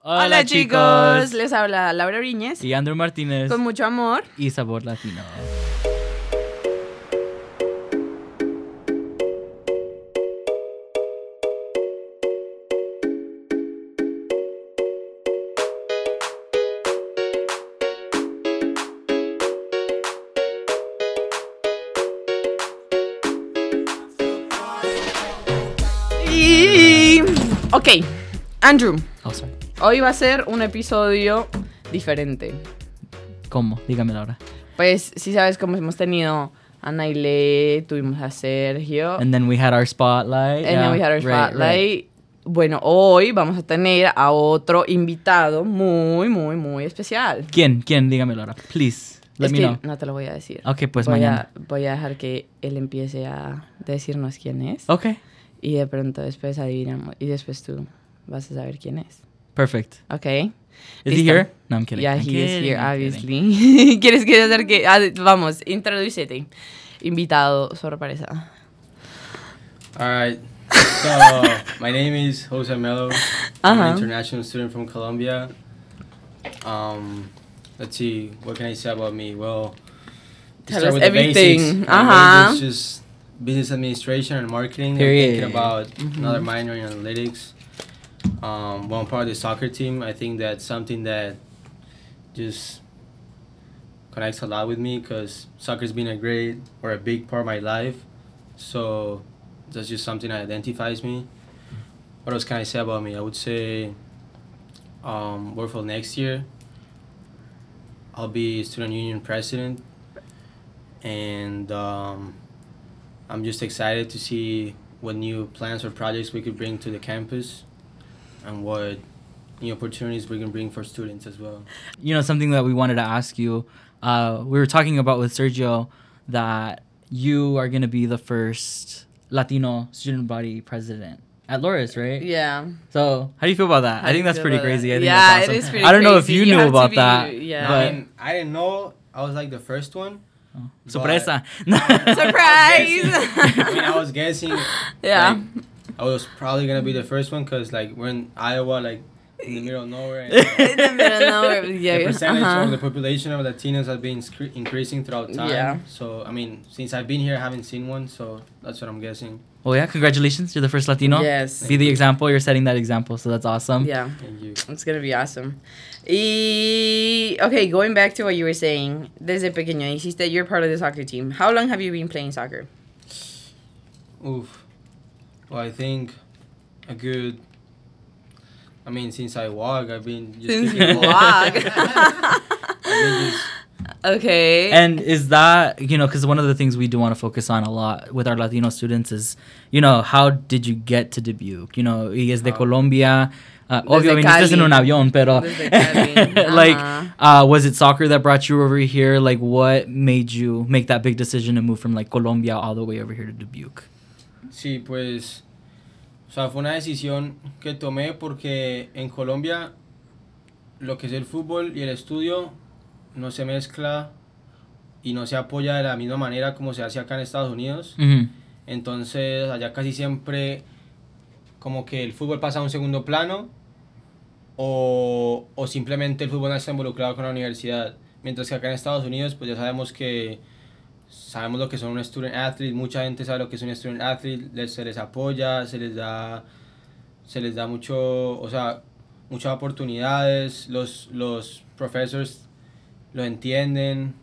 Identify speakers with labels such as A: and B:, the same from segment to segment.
A: Hola, chicos, les habla Laura Briñez
B: Y Andrew Martínez.
A: con mucho amor.
B: Y Sabor Latino.
A: Y ok, Andrew,
B: Oh, sorry.
A: hoy va a ser un episodio diferente.
B: ¿Cómo? Dígame Laura.
A: Pues si sabes cómo hemos tenido a Nailé, tuvimos a Sergio, and
B: And then we had our spotlight.
A: Oh. then
B: yeah,
A: we had our
B: right, right.
A: spotlight. Bueno, hoy vamos a tener a otro invitado muy, muy, muy especial.
B: ¿Quién? ¿Quién? Dígame Laura. Please. Let
A: es
B: me
A: que
B: know.
A: no te lo voy a decir.
B: Ok, pues
A: voy,
B: mañana.
A: a, voy a dejar que él empiece a decirnos quién es.
B: Ok.
A: Y de pronto después adivinamos. Y después tú vas a saber quién es.
B: Perfect.
A: Ok.
B: Is he
A: Listo.
B: here? No, I'm kidding.
A: Yeah,
B: I'm
A: he is
B: kidding,
A: here,
B: I'm kidding.
A: obviously. ¿Quieres que hacer que.? ah, Vamos, introducete. Invitado, sorpresa.
C: All right. So my name is Jose Melo. I'm
A: Uh-huh.
C: an international student from Colombia. Um, let's see. What can I say about me? Well, to
A: Tell
C: start
A: us
C: with the
A: everything.
C: basics. my
A: Uh-huh.
C: major's just business administration and marketing. I'm
B: Period.
C: thinking about another minor in analytics. Um, well, I'm part of the soccer team. I think that's something that just connects a lot with me because soccer's been a great or a big part of my life. So that's just something that identifies me. What else can I say about me? I would say um, work for next year. I'll be student union president, and um, I'm just excited to see what new plans or projects we could bring to the campus, and what new opportunities we can bring for students as well.
B: you know something that we wanted to ask you uh, we were talking about with sergio that you are going to be the first latino student body president at Loris, right?
A: Yeah.
B: So, how do you feel about that?
A: How
B: I think
A: do you
B: that's
A: feel
B: pretty
A: about
B: crazy.
A: that?
B: I think
A: Yeah,
B: that's
A: it
B: awesome.
A: is pretty
B: I don't know if
A: crazy.
B: you
A: You
B: knew
A: have to
B: about
A: be-
B: that.
A: yeah.
C: I
B: But
C: mean, I didn't know. I was like the first one. but-
B: sorpresa.
C: I mean, I
A: Surprise!
C: was guessing.
A: yeah.
C: like, I was probably gonna be the first one because like we're in Iowa, like in the middle of nowhere. And,
A: In the middle of nowhere,
C: the
A: yeah,
C: percentage of
A: uh-huh.
C: the population of Latinos have been scre- increasing throughout time.
A: Yeah.
C: So I mean, since I've been here, I haven't seen one. So that's what I'm guessing.
B: Oh, yeah, congratulations. You're the first Latino.
A: Yes.
B: Be the example. You're setting that example. So, that's awesome.
A: Yeah.
C: Thank you.
A: It's gonna be awesome. Y, okay, going back to what you were saying, desde pequeño dijiste you're part of the soccer team. How long have you been playing soccer?
C: Oof. Well, I think a good. I mean, since I walk, I've been just kicking balls.
B: Ah,
C: I've been just
A: okay.
B: and is that you know because one of the things we do want to focus on a lot with our latino students is you know how did you get to dubuque you know y es de
C: Oh.
B: colombia uh,
A: Desde
B: obvio viniste en
A: Cali.
B: un avión pero
A: Desde Cali.
B: like
A: Ajá.
B: uh, was it soccer that brought you over here like what made you make that big decision to move from like colombia all the way over here to dubuque
C: Sí, pues, o sea, fue una decisión que tomé porque en Colombia lo que es el fútbol y el estudio no se mezcla y no se apoya de la misma manera como se hace acá en Estados Unidos.
B: Mhm.
C: Entonces, allá casi siempre como que el fútbol pasa a un segundo plano o, o simplemente el fútbol no está involucrado con la universidad. Mientras que acá en Estados Unidos, pues ya sabemos que sabemos lo que son un student athlete, mucha gente sabe lo que es un student athlete, les- se les apoya, se les da se les da mucho, o sea, muchas oportunidades, los los professors lo entienden,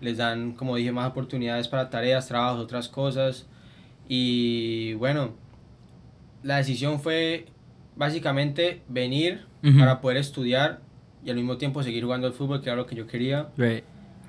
C: les dan, como dije, más oportunidades para tareas, trabajos, otras cosas. Y bueno, la decisión fue básicamente venir
B: Ujú.
C: para poder estudiar y al mismo tiempo seguir jugando al fútbol, que era lo que yo quería.
B: right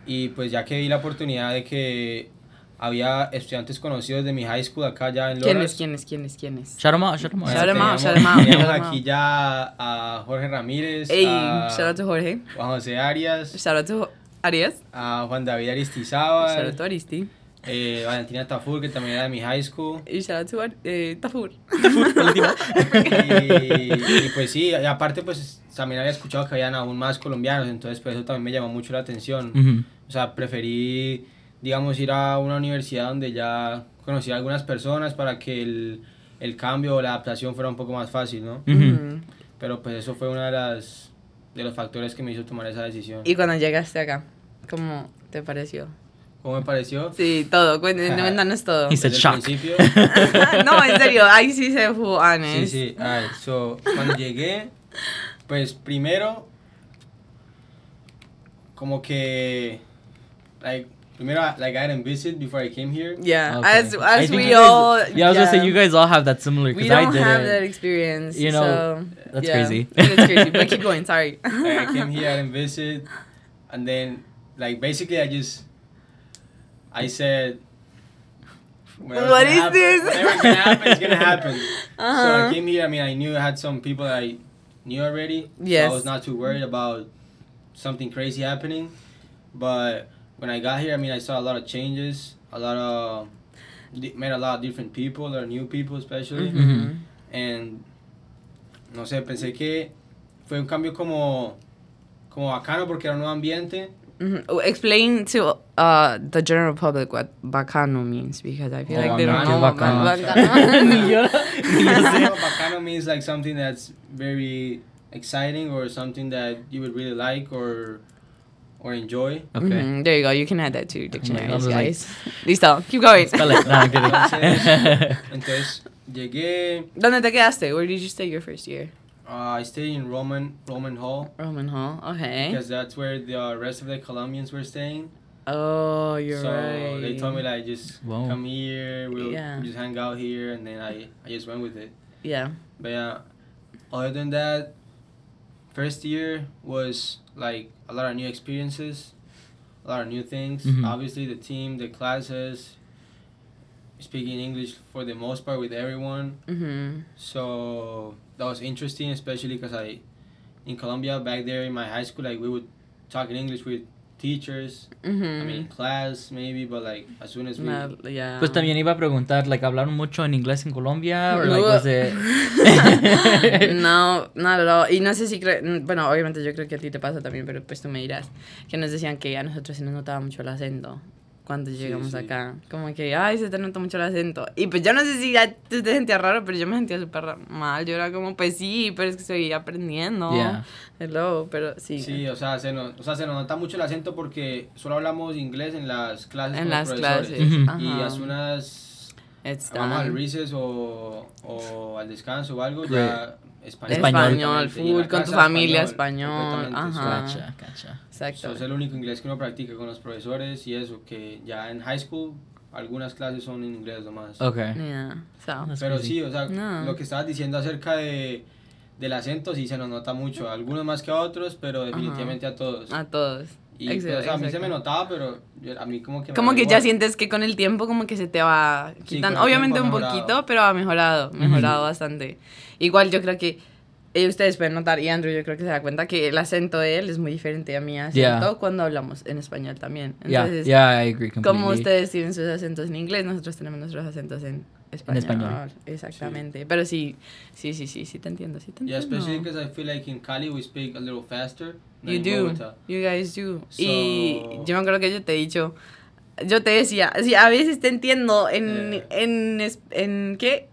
C: Y pues ya que vi la oportunidad de que había estudiantes conocidos de mi high school acá ya en
A: ¿Quién es?
C: Loras.
A: ¿Quién es? ¿Quién es? ¿Quién es?
B: shout 'em out shout 'em out
A: Shout 'em out,
C: Teníamos-
A: shout 'em out,
C: teníamos
A: shout 'em out.
C: aquí ya a Jorge Ramírez,
A: Hey,
B: ah.
C: a,
A: shout out to Jorge.
C: a José Arias,
A: Shout out to Arias.
C: a Juan David
A: Shout out
C: Aristizábal,
A: to Aristi.
C: eh, Valentina Tafur, que también era de mi high school.
A: Y shout out to Ar- eh, Tafur.
C: y, y, pues sí, y aparte pues también había escuchado que habían aún más colombianos, entonces pues eso también me llamó mucho la atención.
B: Mhm.
C: O sea, preferí, digamos, ir a una universidad donde ya conocí a algunas personas para que el, el cambio o la adaptación fuera un poco más fácil, ¿no?
B: Mhm.
A: Mm.
C: Pero pues eso fue uno de, las, de los factores que me hizo tomar esa decisión.
A: Y cuando llegaste acá, ¿cómo te pareció?
C: ¿Cómo me pareció?
A: Sí, todo. Cuéntanos cuéntanos todo.
B: He said
C: Desde el
B: shock.
C: principio.
A: no, en serio, ahí sí se fue
C: Sí,
A: honest.
C: sí. Alright, so, cuando llegué, pues primero, como que, like, primero, I- like, I didn't visit before I came here.
A: Yeah,
B: Okay.
A: as
B: I
A: as
B: think
A: we
B: you guys-
A: all.
B: Yeah, I was gonna say you guys all have that similar
A: We
B: because I
A: don't
B: did
A: have that
B: it.
A: experience.
B: You know,
A: so,
B: That's
A: yeah.
B: crazy.
A: That's crazy. But keep going. Sorry.
C: Like, I came here, I didn't visit, and then, like, basically, I just, I said, whatever's
A: What
C: gonna
A: is
C: happen-
A: this?
C: Whatever's gonna happen, it's gonna happen. So
A: Uh-huh.
C: I came here. I mean, I knew I had some people that I knew already.
A: Yes.
C: So I was not too worried about something crazy happening. But when I got here, I mean, I saw a lot of changes. A lot of di- met a lot of different people or new people, especially.
B: Mm-hmm.
A: Mhm.
C: And no sé, pensé que fue un cambio como como bacano porque era un nuevo ambiente.
A: Mhm. Oh, Explain to uh, the general public what bacano means because I feel
C: Oh,
A: like they don't
C: bacano.
A: know what
B: Bacano.
A: ba-
C: Ni
A: bacano.
B: yo.
C: You
B: Yes.
C: know, bacano means like something that's very exciting or something that you would really like or or enjoy.
B: Okay. Oh
A: Mhm, There you go. You can add that to
B: I
A: your
B: was
A: dictionaries,
B: like-
A: guys. Listo. Keep going.
B: Spell it. No, I'm kidding.
C: Entonces llegué,
A: ¿Dónde te quedaste? Where did you stay your first year?
C: uh, I stayed in Roman Roman Hall
A: Roman Hall. Okay.
C: because that's where the uh, rest of the Colombians were staying.
A: Oh, you're
C: so
A: right.
C: they told me like just
B: Wow.
C: come here, we'll
A: Yeah.
C: just hang out here, and then I I just went with it.
A: Yeah.
C: But yeah, other than that, first year was like a lot of new experiences, a lot of new things.
B: Mhm.
C: Obviously, the team, the classes, speaking English for the most part with everyone.
A: Mm-hmm.
C: So that was interesting, especially because I, in Colombia, back there in my high school, like we would talk in English with teachers.
A: Mm-hmm.
C: I mean, in class maybe, but like as soon as we.
A: Not- yeah.
B: Pues también iba a preguntar, like, ¿hablaron mucho en inglés en Colombia? Or, like,
A: No.
B: was it...
A: no, not at all. Y no sé si creo, mm, bueno, obviamente yo creo que a ti te pasa también, pero pues tú me dirás que nos decían que a nosotros se nos notaba mucho el acento cuando llegamos
C: sí.
A: acá. Como que, ay, se te nota mucho el acento. Y pues yo no sé si ya tú te sentías raro, pero yo me sentía súper ra- mal. Yo era como, pues sí, pero es que estoy aprendiendo.
B: Yeah.
A: Hello, pero sí.
C: Sí, o sea, se nos, o sea, se nos nota mucho el acento porque solo hablamos inglés en las clases.
A: en
C: con los
A: las
C: profesores.
A: clases.
B: Ujú.
A: Ajá.
C: Y hace unas.
A: It's
C: Vamos al
A: done.
C: recess o, o al descanso o algo, ya
B: Español.
C: español.
A: Español,
C: completamente, y en
A: full,
C: la
A: con
C: casa
A: tu familia, español,
C: completamente,
A: ajá.
B: Gotcha, gotcha.
C: So,
A: Exacto.
C: so es el único inglés que uno practica con los profesores y eso, que ya en high school algunas clases son en inglés nomás.
B: Okay.
A: Yeah, so.
B: That's
C: Pero
B: crazy.
C: sí, o sea,
A: No.
C: lo que estabas diciendo acerca de, del acento sí se nos nota mucho, a algunos más que a otros, pero definitivamente a todos.
A: A todos.
C: Y pues,
A: Exacto,
C: o sea, a mí se
A: exacto.
C: me notaba, pero yo- a mí como que me
A: Como
C: da
A: que
C: igual.
A: ya sientes que con el tiempo como que se te va
C: Sí,
A: quitando.
C: con el
A: Obviamente un
C: tiempo ha mejorado.
A: poquito, pero ha mejorado, mejorado bastante. Igual yo creo que eh, ustedes pueden notar, y Andrew yo creo que se da cuenta que el acento de él es muy diferente a mi acento
B: Yeah.
A: cuando hablamos en español también.
B: Yeah,
A: Entonces,
B: yeah, I agree completely.
A: como ustedes tienen sus acentos en inglés, nosotros tenemos nuestros acentos en español.
B: español.
A: Exactamente. Pero sí, sí, sí, sí, sí te entiendo, sí te
C: Yeah,
A: entiendo.
C: especially because I feel like in Cali we speak a little faster. than
A: You
C: in
A: do.
C: Bogota.
A: You guys do.
C: So-
A: Y yo me acuerdo que yo te he dicho, yo te decía, sí, a veces te entiendo en,
C: Yeah.
A: en, es- en, ¿qué?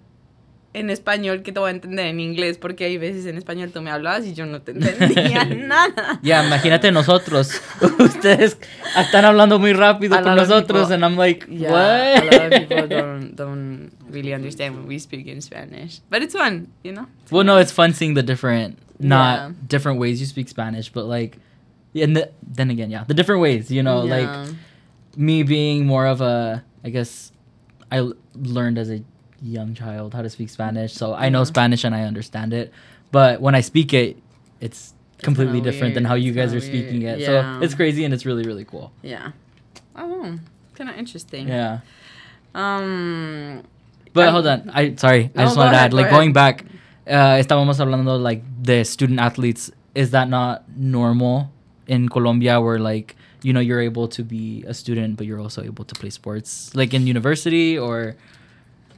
A: En español que te voy a entender en inglés, porque hay veces en español tú me hablabas y yo no te entendía nada.
B: Yeah, imagínate nosotros. Ustedes están hablando muy rápido
A: A
B: con
A: lot of
B: nosotros,
A: people-
B: and I'm like,
A: Yeah, a lot of people
B: what?
A: don't, don't really understand when we speak in Spanish. But it's fun, you know?
B: Well, no, it's fun seeing the different, not
A: Yeah.
B: different ways you speak Spanish, but like, yeah, and the, then again, yeah, the different ways. You know, like
A: Yeah.
B: me being more of a, I guess, I l- learned as a young child how to speak Spanish, so I know
A: Yeah.
B: Spanish and I understand it. But when I speak it, it's completely
A: kinda
B: different than
A: weird,
B: how you
A: it's
B: guys
A: kinda
B: are speaking
A: weird,
B: it.
A: yeah.
B: So it's crazy and it's really really cool.
A: Yeah. Oh, kind of interesting.
B: Yeah.
A: Um,
B: But
A: I'm-
B: hold on, I sorry, I
A: No,
B: just
A: go
B: wanted to
A: ahead,
B: add,
A: go
B: like
A: ahead.
B: going back, uh, estábamos hablando like the student athletes. Is that not normal in Colombia, where like you know you're able to be a student, but you're also able to play sports, like in university, or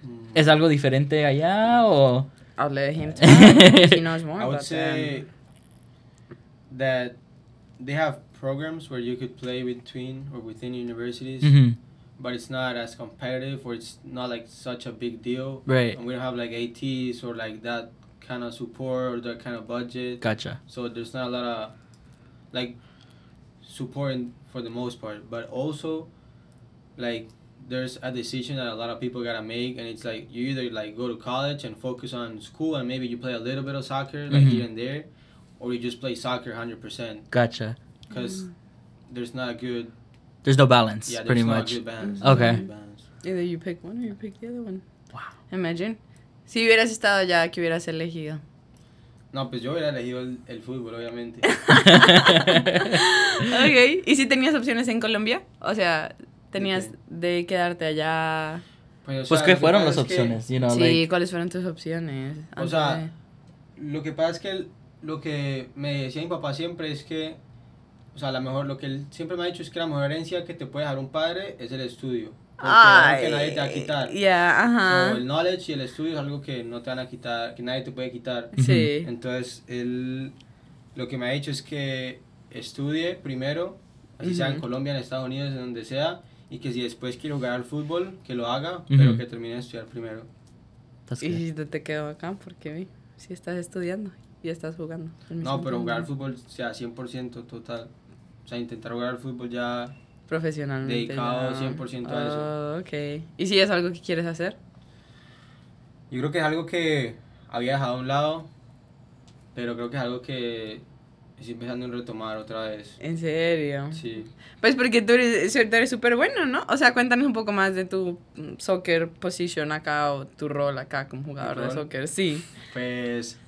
A: Mm.
B: es algo diferente allá o?
A: I'll let him talk. he knows more
C: I would
A: about them.
C: say that they have programs where you could play between or within universities,
B: Mhm.
C: but it's not as competitive or it's not like such a big deal.
B: Right.
C: And we don't have like ATs or like that kind of support or that kind of budget.
B: Gotcha.
C: So there's not a lot of like support in, for the most part, but also like there's a decision that a lot of people gotta make, and it's like you either like go to college and focus on school, and maybe you play a little bit of soccer like
B: Mhm.
C: here and there, or you just play soccer hundred percent
B: Gotcha.
C: because
A: Mm.
C: there's not a good
B: There's no balance,
C: yeah there's
B: pretty
C: not a
B: much.
C: good balance.
A: Mhm.
C: There's not a
B: Okay.
C: good balance.
A: Either you pick one or you pick the other one.
B: Wow.
A: Imagine. Si hubieras estado allá, que hubieras elegido?
C: No, pues yo hubiera elegido el, el fútbol, obviamente.
A: ok. ¿Y si tenías opciones en Colombia? O sea, tenías
C: qué?
A: de quedarte allá.
C: Pues, o
B: Pues
C: sea,
B: qué
C: lo que
B: fueron
C: pasa
B: las
C: es que-
B: opciones, you know,
A: sí,
B: like
A: ¿cuáles fueron tus opciones?
C: O
A: antes
C: sea,
A: de-
C: Lo que pasa es que él- lo que me decía mi papá siempre es que, o sea, la mejor, lo que él siempre me ha dicho es que la mejor herencia que te puede dejar un padre es el estudio. Porque algo que nadie te va a quitar.
A: Ya, ajá.
C: So, el knowledge y el estudio es algo que no te van a quitar, que nadie te puede quitar.
A: sí.
C: Entonces, él lo que me ha dicho es que estudie primero, así sea en
A: Ujú.
C: Colombia, en Estados Unidos, en donde sea, y que si después quiere jugar al fútbol, que lo haga,
B: Ujú.
C: pero que termine de estudiar primero.
B: that's
A: Y
B: good.
A: si te, te quedó acá, porque vi, si estás estudiando y estás jugando. al mismo
C: No, pero
A: tiempo.
C: jugar al fútbol, o sea, 100% total. O sea, intentar jugar al fútbol ya.
A: Profesionalmente.
C: dedicado
A: ya.
C: 100% a eso.
A: Oh, ok. ¿Y si es algo que quieres hacer?
C: Yo creo que es algo que había dejado a un lado, pero creo que es algo que estoy empezando en retomar otra vez.
A: ¿En serio?
C: Sí.
A: Pues porque tú eres tú eres súper bueno, ¿no? O sea, cuéntanos un poco más de tu mm, soccer position acá o tu rol acá como jugador de
C: rol?
A: soccer. Sí.
C: Pues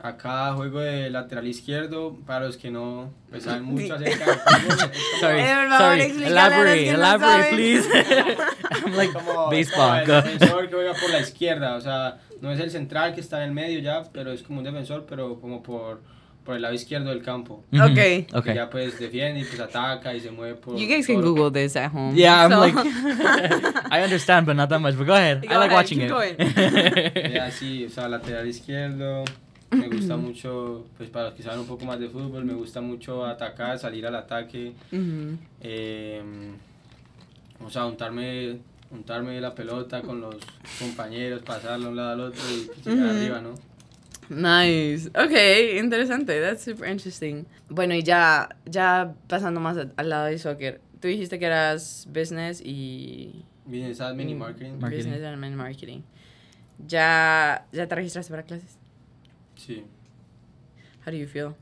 C: acá juego de lateral izquierdo, para los que no pues, saben mucho acerca del fútbol. pues, es como-
B: Sorry,
A: Eh, por favor,
B: sorry.
A: explícale a
B: Elaborate,
A: los que no
B: elaborate,
A: saben.
B: please. I'm like
C: es como- es como
B: baseball.
C: el
B: Go.
C: defensor que juega por la izquierda, o sea, no es el central que está en el medio ya, pero es como un defensor, pero como por, por el lado izquierdo del campo.
B: Mhm.
A: Okay.
C: Y
B: Okay.
C: ya pues defiende y pues ataca y se mueve por...
A: You guys can
C: por-
A: Google this at home.
B: Yeah, I'm
A: So-
B: like I understand, but not that much. But go ahead.
A: Go
B: I like
A: ahead,
B: watching
A: keep
B: it.
A: going.
C: Ya, sí, o sea, lateral izquierdo. Me gusta
A: Mm.
C: mucho, pues para los que saben un poco más de fútbol, me gusta mucho atacar, salir al ataque.
A: Ujú.
C: eh, o sea, untarme, untarme la pelota con los compañeros, pasarla de un lado al otro y pues, llegar
A: Ujú.
C: arriba, ¿no?
A: Nice. Okay, interesante. That's super interesting. Bueno, y ya, ya pasando más a- al lado de soccer. Tú dijiste que eras business y...
C: Business admin
A: Mm.
C: y Mm, marketing.
B: Mar- Marketing.
A: Business and marketing. ¿Ya, ¿Ya te registraste para clases?
C: sí.
A: How do you feel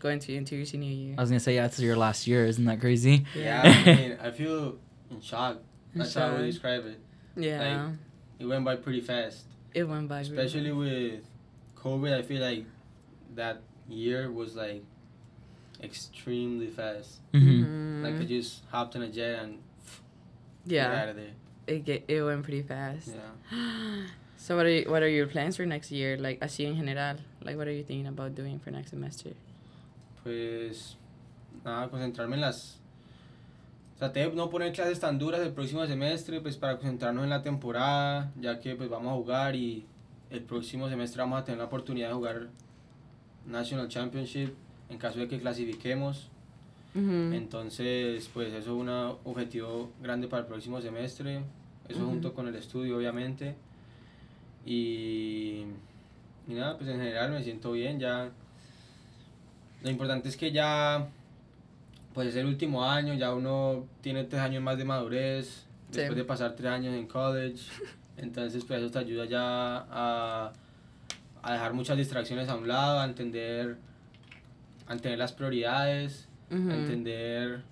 A: going to into your senior year?
B: I was gonna say yeah, it's your last year, isn't that crazy?
C: Uh, Yeah, I mean, I feel in shock.
A: In
C: That's how I would
A: shock.
C: describe it.
A: Yeah,
C: Like- It went by pretty fast.
A: it went by. really
C: especially with COVID, I feel like that year was like extremely fast.
A: fast.
B: Mm-hmm.
A: Mhm.
C: Like I just hopped in a jet and got
A: yeah,
C: out of there.
A: it get, it went pretty fast.
C: Yeah.
A: So what are you, what are your plans for next year? Like así en general, like what are you thinking about doing for next semester?
C: Pues nada, concentrarme en las. Traté de no poner clases tan duras el próximo semestre, pues para concentrarnos en la temporada, ya que pues vamos a jugar y el próximo semestre vamos a tener la oportunidad de jugar National Championship en caso de que clasifiquemos. Mm-hmm.
A: Mhm.
C: Entonces, pues eso es un objetivo grande para el próximo semestre, eso
A: Ujú.
C: junto con el estudio, obviamente. Y, y nada, pues en general me siento bien, ya... Lo importante es que ya, pues es el último año, ya uno tiene tres años más de madurez,
A: Sí.
C: después de pasar tres años en college, entonces pues eso te ayuda ya a, a dejar muchas distracciones a un lado, a entender, a entender las prioridades
A: Mhm.
C: entender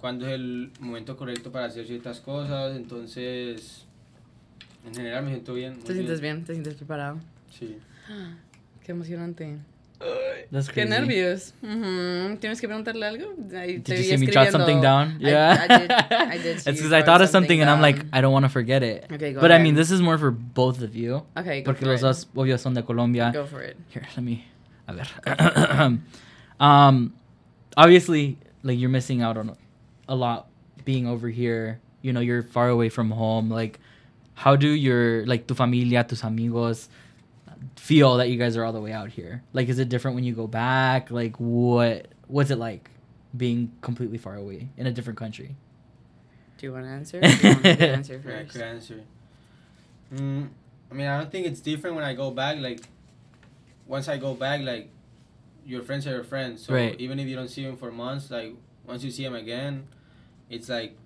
C: cuándo es el momento correcto para hacer ciertas cosas. Entonces, en general me siento bien. muy
A: ¿Te sientes bien? ¿Te sientes preparado?
C: Sí.
A: Qué emocionante.
B: That's
A: Qué
B: crazy.
A: nervios. Mhm. Tienes que preguntarle algo. Ahí te
B: Did you
A: vi
B: see me jot something
A: escribiendo.
B: down?
A: I-
B: Yeah.
A: I did- I did see
B: It's
A: you
B: because I
A: jot
B: thought of something
A: something
B: and I'm like,
A: down.
B: I don't want to forget it.
A: Okay, go
B: But I
A: ahead.
B: mean, this is more for both of you.
A: Okay, go
B: Porque
A: for
B: los
A: it.
B: dos obvio son de Colombia.
A: Go for it.
B: Here, let me. A ver. um, obviously, like you're missing out on a lot being over here. You know, you're far away from home. Like, how do your like tu familia, tus amigos, feel that you guys are all the way out here? Like, is it different when you go back? Like, what what's it like being completely far away in a different country?
A: Do you want to answer? or Do you want me to answer
C: Yeah,
A: first?
C: good answer. Mm, I mean, I don't think it's different when I go back. Like, once I go back, like your friends are your friends. So
B: Right.
C: even if you don't see them for months, like once you see them again, it's like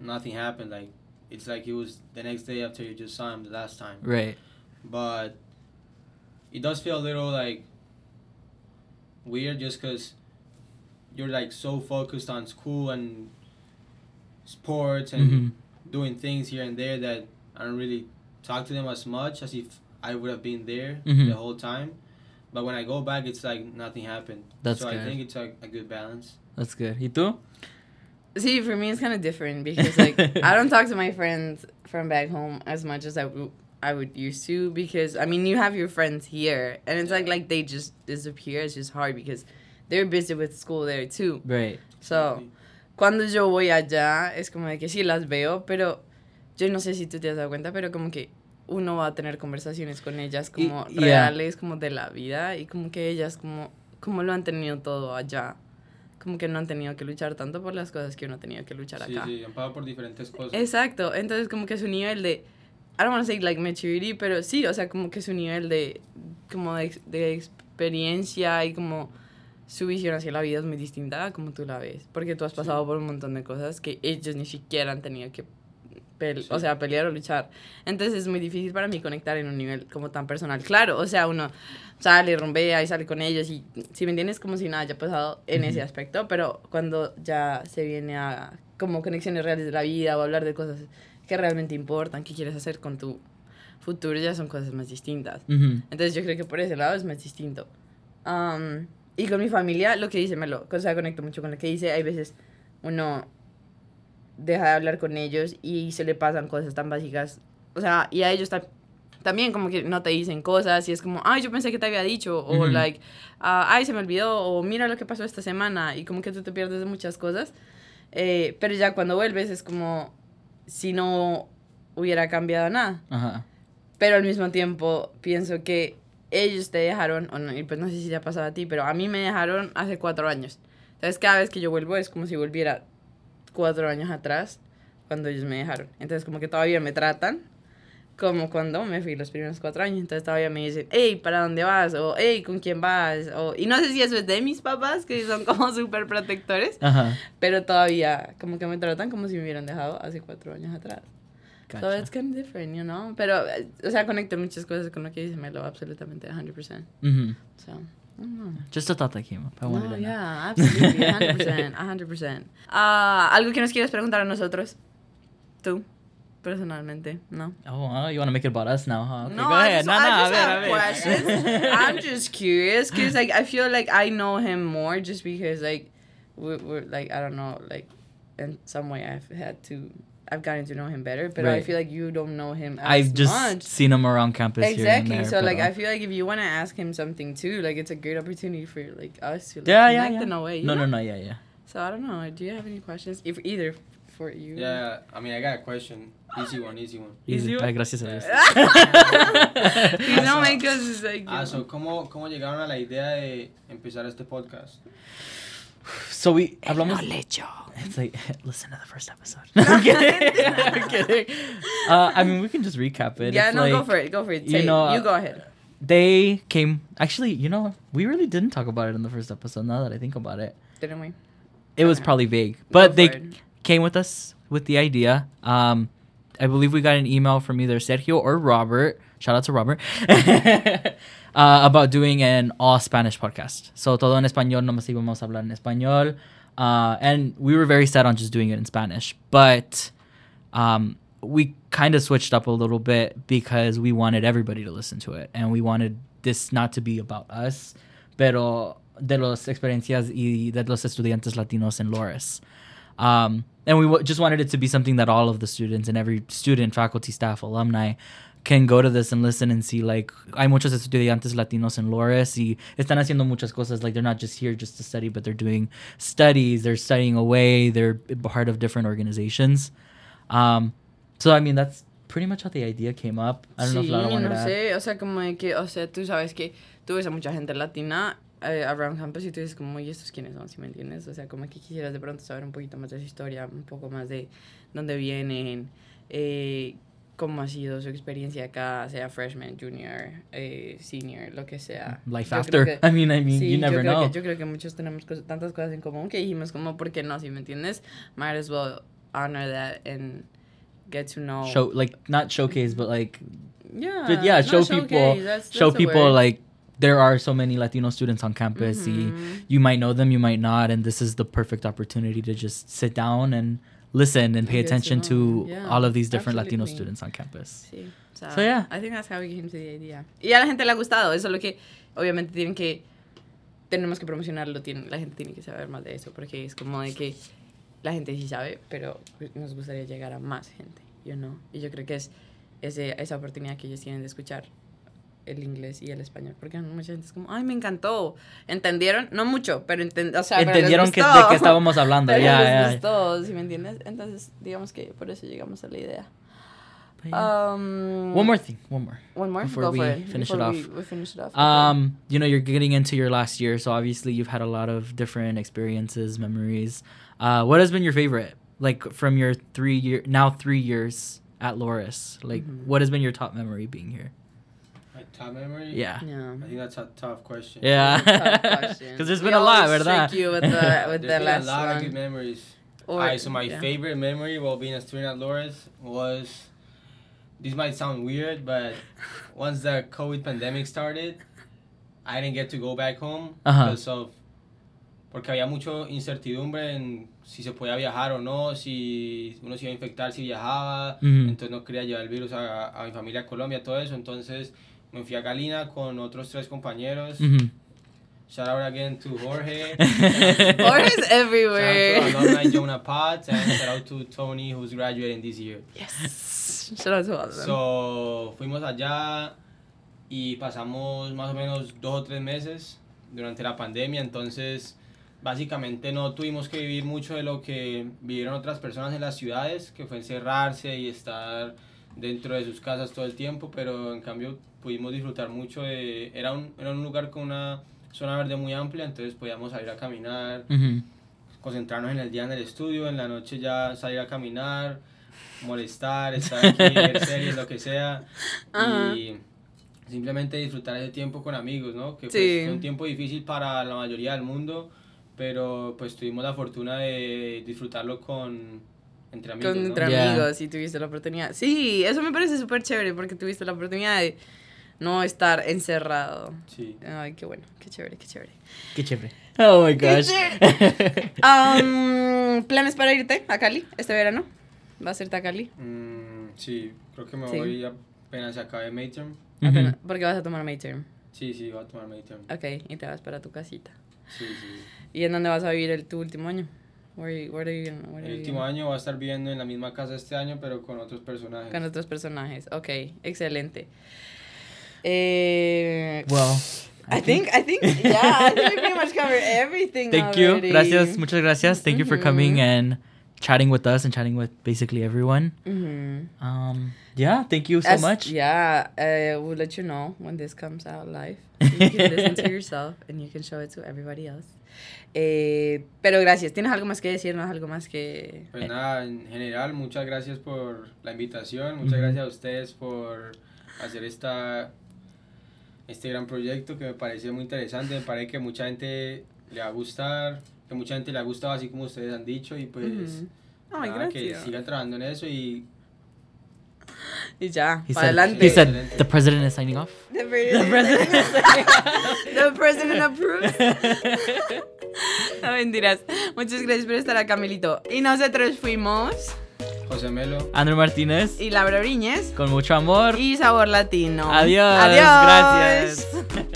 C: nothing happened. Like it's like it was the next day after you just saw him the last time.
B: Right.
C: But it does feel a little like weird just because you're like so focused on school and sports and
B: Mhm.
C: doing things here and there that I don't really talk to them as much as if I would have been there
B: Mhm.
C: the whole time. But when I go back, it's like nothing happened.
B: That's
C: so I
B: good.
C: think it's a, a good balance.
B: That's good. ¿Y tú?
A: See, for me, it's kind of different because like I don't talk to my friends from back home as much as I would I would used to because I mean you have your friends here and it's like like they just disappear. It's just hard because they're busy with school there too.
B: Right.
A: So cuando yo voy allá es como de que sí las veo, pero yo no sé si tú te has dado cuenta, pero como que uno va a tener conversaciones con ellas
B: Y-
A: como
B: yeah.
A: reales, como de la vida y como que ellas como como lo han tenido todo allá. Como que no han tenido que luchar tanto por las cosas que uno ha tenido que luchar
C: Sí,
A: acá.
C: sí, empado por diferentes cosas.
A: Exacto, entonces como que su nivel de, I don't want to say like maturity, pero sí, o sea, como que su nivel de, como de, ex- de experiencia y como su visión hacia la vida es muy distinta a como tú la ves, porque tú has pasado por un montón de cosas que ellos ni siquiera han tenido que, pel- o
C: Sí.
A: sea, pelear o luchar. Entonces es muy difícil para mí conectar en un nivel como tan personal. Claro, o sea, uno sale, rumbea y sale con ellos y si me entiendes como si nada haya pasado en ese aspecto, pero cuando ya se viene a como conexiones reales de la vida o hablar de cosas que realmente importan, que quieres hacer con tu futuro, ya son cosas más distintas.
B: Ujú.
A: Entonces yo creo que por ese lado es más distinto. Am, y con mi familia, lo que dice Melo, o sea, conecto mucho con lo que dice, hay veces uno deja de hablar con ellos y se le pasan cosas tan básicas, o sea, y a ellos ta- también como que no te dicen cosas y es como, ay, yo pensé que te había dicho, o
B: Ujú.
A: like, ah, ay, se me olvidó, o mira lo que pasó esta semana, y como que tú te pierdes de muchas cosas, Eh, pero ya cuando vuelves es como si no hubiera cambiado nada.
B: Ajá.
A: Pero al mismo tiempo, pienso que ellos te dejaron, o no, y pues no sé si te ha pasado a ti, pero a mí me dejaron hace cuatro años. Entonces, cada vez que yo vuelvo es como si volviera cuatro años atrás, cuando ellos me dejaron. Entonces, como que todavía me tratan como cuando me fui los primeros cuatro años. Entonces, todavía me dicen, hey, ¿para dónde vas? O, hey, ¿con quién vas? O, y no sé si eso es de mis papás, que son como súper protectores,
B: Ajá.
A: pero todavía como que me tratan como si me hubieran dejado hace cuatro años atrás. So
B: Gotcha.
A: it's kind of different, you know? Pero, eh, o sea, conecto muchas cosas con lo que dice Melo, absolutamente, 100%.
B: Mhm.
A: So, I don't know.
B: Just a thought that came up. I wanted
A: No,
B: to know.
A: yeah, absolutely, 100%, 100%. Ah, ¿Algo que nos quieras preguntar a nosotros? Tú, personalmente, ¿no?
B: Oh, uh, you want to make it about us now, huh? Okay,
A: no,
B: go
A: I
B: ahead.
A: just,
B: No, no,
A: I
B: a
A: just
B: ver, a
A: have
B: ver.
A: questions. I'm just curious because, like, I feel like I know him more just because, like, we're, we're like, I don't know, like, in some way I've had to, I've gotten to know him better, but I
B: Right.
A: feel like you don't know him as
B: I've just
A: much.
B: seen him around campus
A: exactly.
B: here and there.
A: so like,
B: but, uh,
A: I feel like if you want to ask him something too, like it's a great opportunity for like us to like,
B: yeah, yeah,
A: connect
B: yeah.
A: in a way. you
B: no, no,
A: know?
B: no, yeah, yeah.
A: So I don't know. Do you have any questions, if either for you?
C: Yeah, I mean, I got a question. Easy one, easy one.
A: Easy.
B: Ah, gracias a Dios.
A: You know, my gosh, it's like. you
C: Ah,
A: know.
C: so, ¿cómo, ¿cómo llegaron a la idea de empezar este podcast?
B: So we hablamos. It's like listen to the first episode. I'm kidding. I'm kidding. Uh, I mean, we can just recap it.
A: yeah,
B: It's
A: no, go
B: like,
A: for it. Go for it.
B: you
A: Say it.
B: know, uh,
A: you go ahead.
B: They came. Actually, you know, we really didn't talk about it in the first episode. Now that I think about it,
A: Didn't we?
B: it was
A: Okay.
B: probably vague,
A: Go
B: but they
A: for it.
B: came with us with the idea. Um, I believe we got an email from either Sergio or Robert. Shout out to Robert uh, about doing an all Spanish podcast. So todo en español, no más íbamos a hablar en español. Uh, and we were very set on just doing it in Spanish, but um, we kind of switched up a little bit because we wanted everybody to listen to it, and we wanted this not to be about us, pero de los experiencias y de los estudiantes latinos en Loras. Um, and we w- just wanted it to be something that all of the students and every student, faculty, staff, alumni can go to this and listen and see like hay muchos estudiantes latinos en Lores y están haciendo muchas cosas like they're not just here just to study but they're doing studies they're studying away they're part of different organizations um so I mean that's pretty much how the idea came up I don't know if
A: Sí,
B: Laura wanted
A: no
B: to add.
A: sé, o sea, como de que, o sea, tú sabes que tú ves a mucha gente latina eh, around campus y tú dices como, ¿y estos quiénes son? Si me entiendes? O sea, como que quisieras de pronto saber un poquito más de su historia, un poco más de dónde vienen, eh, cómo ha sido su experiencia acá, sea freshman, junior, eh, senior, lo que sea.
B: Life
A: Yo
B: after.
A: creo que-
B: I mean, I mean,
A: Sí,
B: you
A: yo
B: never
A: creo que-
B: know.
A: yo creo que muchos tenemos cosas- tantas cosas en común que dijimos como, ¿por qué no? Si me entiendes, might as well honor that and get to know.
B: Show like not showcase, but like
A: yeah,
B: but yeah,
A: not
B: show
A: showcase,
B: people-
A: that's- that's
B: show
A: the
B: people
A: word.
B: like there are so many Latino students on campus. You,
A: Mhm.
B: you might know them, you might not, and this is the perfect opportunity to just sit down and listen and pay
A: Get to
B: attention
A: know
B: to
A: them, yeah,
B: all of these different Latino
A: absolutely.
B: students on campus.
A: Sí, o sea,
B: So, yeah.
A: I think that's how we came to the idea. Y a la gente le ha gustado, eso es lo que obviamente tienen que tenemos que promocionarlo, tienen, la gente tiene que saber más de eso porque es como de que la gente sí sabe, pero nos gustaría llegar a más gente, you know. Y yo creo que es ese, esa oportunidad que ellos tienen de escuchar el inglés y el español, porque mucha gente es como, "Ay, me encantó." ¿Entendieron? No mucho, pero enten- o sea, pero les
B: Entendieron que, de
A: gustó.
B: qué estábamos hablando.
A: Pero
B: yeah,
A: les
B: yeah, yeah.
A: gustó, ¿sí me entiendes? Entonces, digamos que por eso llegamos a la idea.
B: But yeah.
A: Um,
B: one more thing, one more.
A: One more.
B: before
A: Go for
B: we
A: it.
B: finish it
A: Before
B: off.
A: We, we finish it off. go for it.
B: Um, you know, you're getting into your last year, so obviously you've had a lot of different experiences, memories. Uh, what has been your favorite? Like from your three year now three years at Loris, like
A: Mhm.
B: what has been your top memory being here?
C: My top memory?
B: Yeah,
A: Yeah.
C: I think that's a tough question.
B: yeah,
A: Tough question.
B: because there's
A: We
B: been a lot,
A: always
B: verdad?
A: trick you with the- with
C: There's
A: the
C: been
A: last
C: a lot of good
A: one.
C: memories.
A: Or-
C: Alright, so my
A: yeah.
C: favorite memory while being a student at Loris was this might sound weird, but once the COVID pandemic started, I didn't get to go back home
A: Uh-huh.
B: Ajá.
C: because of porque había mucho incertidumbre en si se podía viajar o no, si uno se iba a infectar si viajaba,
B: Ujú.
C: entonces no quería llevar el virus a, a mi familia a Colombia, todo eso, entonces me fui a Galina con otros tres compañeros.
B: Mhm.
C: Shout out again to Jorge.
A: Order's everywhere.
C: Shout out to alumni Jonah Potts and shout out to Tony who's graduating this year.
A: yes. Shout out to all of them.
C: So, fuimos allá y pasamos más o menos dos o tres meses durante la pandemia, entonces básicamente no tuvimos que vivir mucho de lo que vivieron otras personas en las ciudades, que fue encerrarse y estar dentro de sus casas todo el tiempo, pero en cambio pudimos disfrutar mucho de... Era un, era un lugar con una zona verde muy amplia, entonces podíamos salir a caminar,
B: Mhm.
C: concentrarnos en el día en el estudio, en la noche ya salir a caminar, molestar, estar aquí, ver series, lo que sea.
A: Ajá.
C: Y simplemente disfrutar ese tiempo con amigos, ¿no? Que pues,
A: Sí.
C: fue un tiempo difícil para la mayoría del mundo, pero pues tuvimos la fortuna de disfrutarlo con entre amigos.
A: Con
C: ¿no?
A: entre
B: Yeah.
A: amigos y tuviste la oportunidad. Sí, eso me parece súper chévere porque tuviste la oportunidad de no estar encerrado.
C: Sí.
A: Ay, qué bueno, qué chévere, qué chévere.
B: Qué chévere. Oh my
A: Qué
B: gosh.
A: Um, ¿Planes para irte a Cali este verano? ¿Vas a irte a Cali?
C: Mm, sí, creo que me
A: Sí.
C: voy apenas acabe midterm.
B: Mhm.
A: Apenas- Porque vas a tomar midterm.
C: Sí, sí, voy a tomar midterm.
A: Ok, y te vas para tu casita.
C: Sí, sí.
A: ¿Y en dónde vas a vivir el, tu último año? Where, you- where are you gonna- where are
C: El
A: you
C: último
A: gonna-
C: año voy a estar viviendo en la misma casa este año, pero con otros personajes.
A: Con otros personajes. Ok, excelente. Eh,
B: Well,
A: I think, I think, yeah, I think we pretty much covered everything
B: Thank
A: already.
B: you. Gracias. Muchas gracias. Thank you for coming
A: Mhm.
B: and chatting with us and chatting with basically everyone.
A: Mhm.
B: Um, yeah, thank you so
A: As-
B: much.
A: Yeah, uh, we'll let you know when this comes out live. You can listen to yourself and you can show it to everybody else. Eh, pero gracias. ¿Tienes algo más que decirnos? ¿Algo más que...?
C: Pues nada, en general, muchas gracias por la invitación, muchas
B: Ujú.
C: gracias a ustedes por hacer esta, este gran proyecto que me pareció muy interesante, me parece que mucha gente le va a gustar, que mucha gente le ha gustado así como ustedes han dicho y pues
A: Ujú. Ay,
C: nada, que
A: gracias.
C: sigan trabajando en eso y
A: Y ya,
B: He
A: para
B: said,
A: adelante.
B: he said the president is signing off.
A: The
B: The president is signing off.
A: The president approves. no mentiras. Muchas gracias por estar acá, Milito. Y nosotros fuimos
C: José Melo.
B: Andrew Martinez,
A: y Laura Briñez
B: con mucho amor.
A: y Sabor Latino.
B: Adiós.
A: Adiós.
B: Gracias.